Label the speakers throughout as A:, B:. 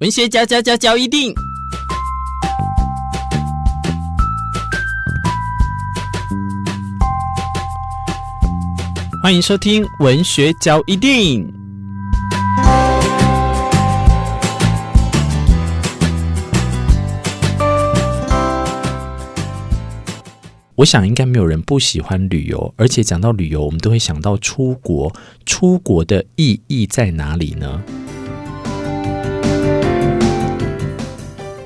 A: 文学家家家教一定。欢迎收听《文学交一定》。我想应该没有人不喜欢旅游，而且讲到旅游，我们都会想到出国。出国的意义在哪里呢？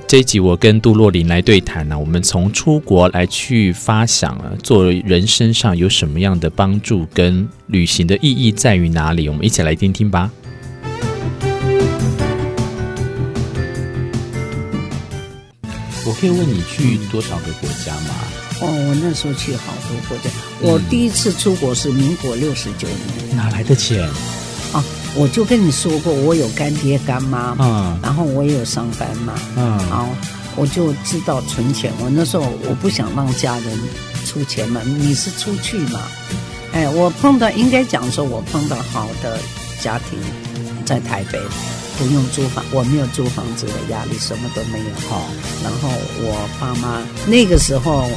A: 这一集我跟杜洛琳来对谈啊呢、我们从出国来去发想啊，做人身上有什么样的帮助，跟旅行的意义在于哪里？我们一起来听听吧。我可以问你去多少个国家吗？
B: 哦，我那时候去好多国家。我第一次出国是民国六十九年
A: 哪来的钱？
B: 啊，我就跟你说过，我有干爹干妈，
A: 嗯
B: 然后我也有上班嘛，然
A: 嗯
B: 后我就知道存钱。我那时候我不想让家人出钱嘛，你是出去嘛，哎，我碰到应该讲说，我碰到好的家庭，在台北不用租房，我没有租房子的压力，什么都没有。
A: 好，
B: 然后我爸妈那个时候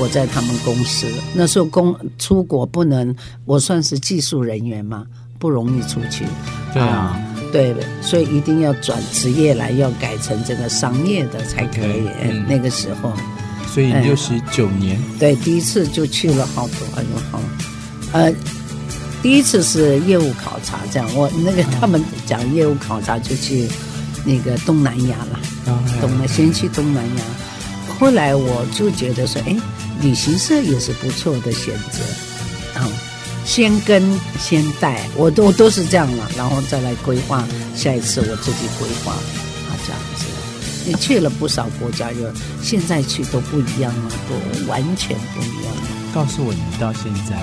B: 我在他们公司，那时候公出国不能，我算是技术人员嘛，不容易出去。
A: 对啊，
B: 对，所以一定要转职业来，要改成这个商业的才可以
A: OK，。嗯
B: 那个时候，
A: 所以
B: 哎
A: 六十九年，
B: 对，第一次就去了好多，哎呦好，呃。第一次是业务考察，这样我那
A: 嗯
B: 个他们讲业务考察就去那个东南亚了，东南先去东南亚，后来我就觉得说，哎，旅行社也是不错的选择，啊、先跟先带，我都我都是这样嘛，然后再来规划下一次我自己规划啊，这样子。你去了不少国家，有现在去都不一样了，都完全不一样了。
C: 告诉我，你到现在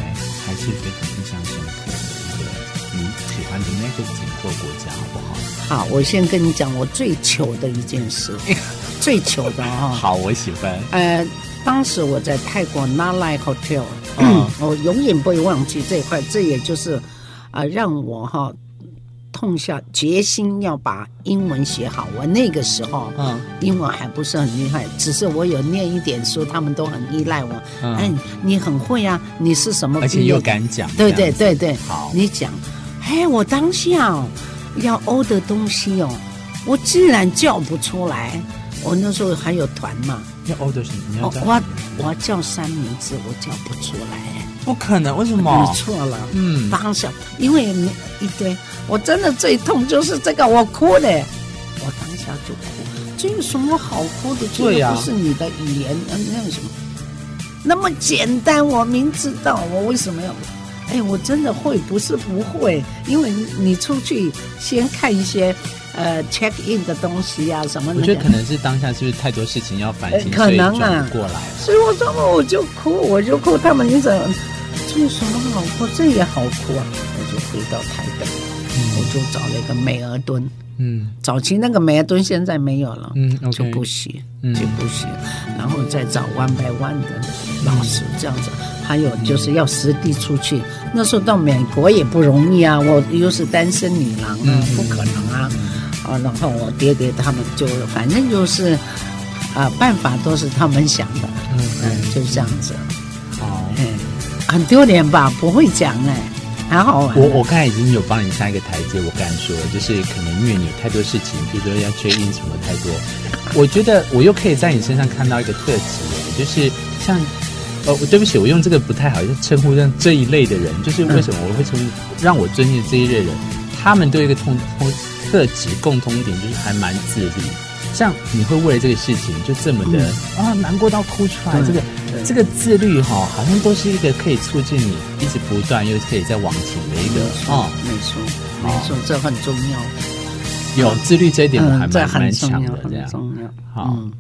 C: 还是非常印象深刻的一个你喜欢的那个景或国家，好不好？
B: 好，我先跟你讲我最糗的一件事， 最糗的哦哈、
C: 好，我喜欢。
B: 呃，当时我在泰国 Nalai Hotel，、我
C: 嗯
B: 哦永远不会忘记这一块。这也就是啊、呃让我哈痛下决心要把英文写好。我那个时候，
C: 嗯，
B: 英文还不是很厉害，只是我有念一点书，他们都很依赖我。
C: 嗯
B: 哎，你很会啊，你是什么
C: 而
B: 毕
C: 且
B: 业
C: 又
B: 的？
C: 敢讲，
B: 对
C: 这
B: 对
C: 样子
B: 对对，
C: 好
B: 你讲，哎，我当下哦要欧的东西哦，我竟然叫不出来。我那时候还有团嘛，
C: 要 order 什么？你要
B: 我
C: 叫
B: 哦我
C: 什么
B: 我叫三明治，我叫不出来，
C: 不可能，为什
B: 你？错了。
C: 嗯，
B: 当下，因为没一堆，我真的最痛就是这个，我哭了，我当下就哭，这有什么好哭的？这
C: 对
B: 又
C: 呀
B: 不是你的语言，呃那有什么？那么简单，我明知道，我为什么要？哎，我真的会，不是不会，因为你出去先看一些，呃，check in 的东西啊，什么
C: 我
B: 那
C: 觉
B: 个
C: 得可。能是当下是不是太多事情要反省，
B: 呃可能啊
C: 所以转不过来。
B: 所以我说哦我就哭，我就哭，他们就怎么，这有什么好哭？这也好哭啊！我就回到台北，我就找了一个美尔顿，
C: 嗯
B: 早期那个美尔顿现在没有了，
C: 嗯
B: 就
C: ，OK，
B: 不行，
C: 嗯
B: 就不行，然后再找 one by one 的老师这样子。还有就是要实地出去，那时候到美国也不容易啊，我又是单身女郎啊，
C: 嗯
B: 不可能啊，啊，然后我爹爹他们就反正就是，啊、办法都是他们想的，
C: 嗯
B: 嗯，
C: 嗯，
B: 就这样子，
C: 好。
B: 哎，很丢脸吧？不会讲哎、还好玩。
C: 我我刚才已经有帮你下一个台阶，我刚才说了，就是可能因为你有太多事情，比如说要确认什么太多，我觉得我又可以在你身上看到一个特质，就是像。呃，我对不起，我用这个不太好，就称呼像这一类的人，就是为什么我会称呼让我尊敬这一类人，他们都有一个通通特质共通点，就是还蛮自律。像你会为了这个事情就这么的、啊难过到哭出来，
B: 对
C: 这个
B: 对
C: 这个自律哈、好像都是一个可以促进你一直不断又可以再往前的一个
B: 没错
C: 哦。，
B: 没错，没错，这很重要。
C: 有自律这一点，我还
B: 嗯，这
C: 蛮
B: 很
C: 蛮
B: 重
C: 强
B: 要，
C: 的。这
B: 很
C: 样，
B: 重要。
C: 好
B: 嗯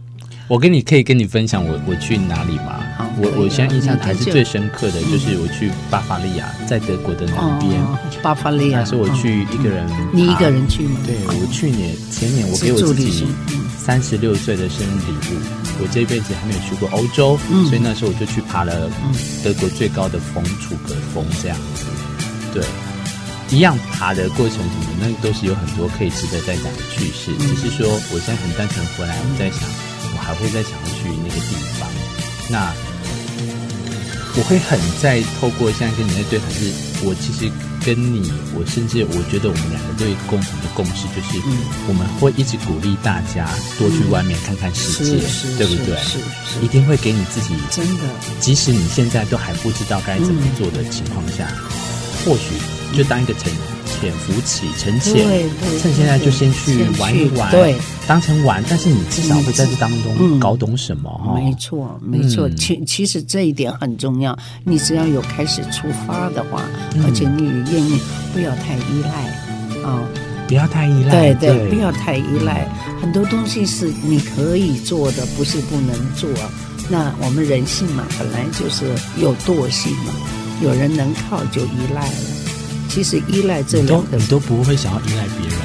C: 我跟你可以跟你分享我我去哪里吗
B: 好？
C: 我
B: 可以啊
C: 我现在印象还是
B: 你就
C: 最深刻的就是我去巴伐利亚，在德国的南边。
B: 哦，巴伐利亚。
C: 那时候我去一个人，啊
B: 嗯，你一个人去吗？
C: 对我去年前年我给我
B: 自助
C: 自
B: 旅
C: 己
B: 行嗯
C: 三十六岁的生日礼物，我这辈子还没有去过欧洲，
B: 嗯
C: 所以那时候我就去爬了德国最高的峰楚格峰这样子。对，一样爬的过程里面，那都是有很多可以值得再讲的趣事。只
B: 嗯
C: 是说，我现在很单纯回来，我在想，我还会再想要去那个地方。那我会很在透过现在跟你在对谈，是我其实跟你，我甚至我觉得我们两个对共同的共识就是，
B: 嗯
C: 我们会一直鼓励大家多去外面看看世界，
B: 是是，
C: 对不对？
B: 是是
C: 一定会给你自己
B: 真的，
C: 即使你现在都还不知道该怎么做的情况下，或许就当一个潜潜伏期、沉
B: 对
C: 潜，
B: 对，
C: 趁现在就先去
B: 先
C: 玩一玩，
B: 对，，
C: 当成玩，但是你至少会在这当中
B: 嗯
C: 搞懂什么哈。
B: 没错，没错。
C: 哦嗯
B: 其其实这一点很重要，你只要有开始出发的话，
C: 嗯
B: 而且你也愿意不要太依赖啊、
C: 不要太依赖，
B: 对对，不要太依赖。很多东西是你可以做的，不是不能做。那我们人性嘛，本来就是有惰性嘛，有人能靠就依赖了。其实依赖这
C: 你都
B: 两个
C: 你都不会想要依赖别人。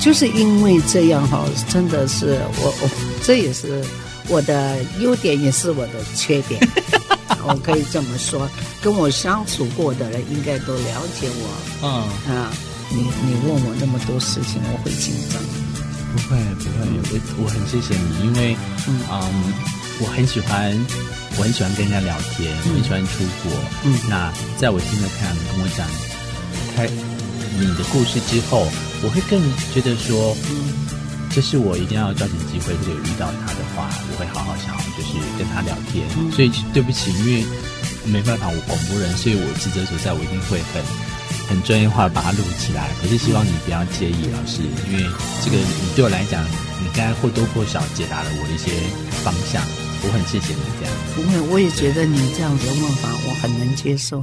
B: 就是因为这样哈，真的是我我这也是我的优点，也是我的缺点。我可以这么说，跟我相处过的人应该都了解我
C: 嗯，
B: 啊。你你问我那么多事情，我会紧张。
C: 不会不会，我我很谢谢你，因为
B: 嗯
C: 嗯，我很喜欢，我很喜欢跟人家聊天，我很喜欢出国。
B: 嗯
C: 那在我听了看跟我讲开你的故事之后，我会更觉得说，这是我一定要抓紧机会，如果有遇到他的话，我会好好想要就是跟他聊天。所以对不起，因为没办法，我广播人，所以我职责所在，我一定会很。很专业化地把它录起来，可是希望你不要介意，老师，因为这个你对我来讲，你刚才或多或少解答了我的一些方向，我很谢谢你这样。
B: 因为我也觉得你这样子的问法，我很能接受。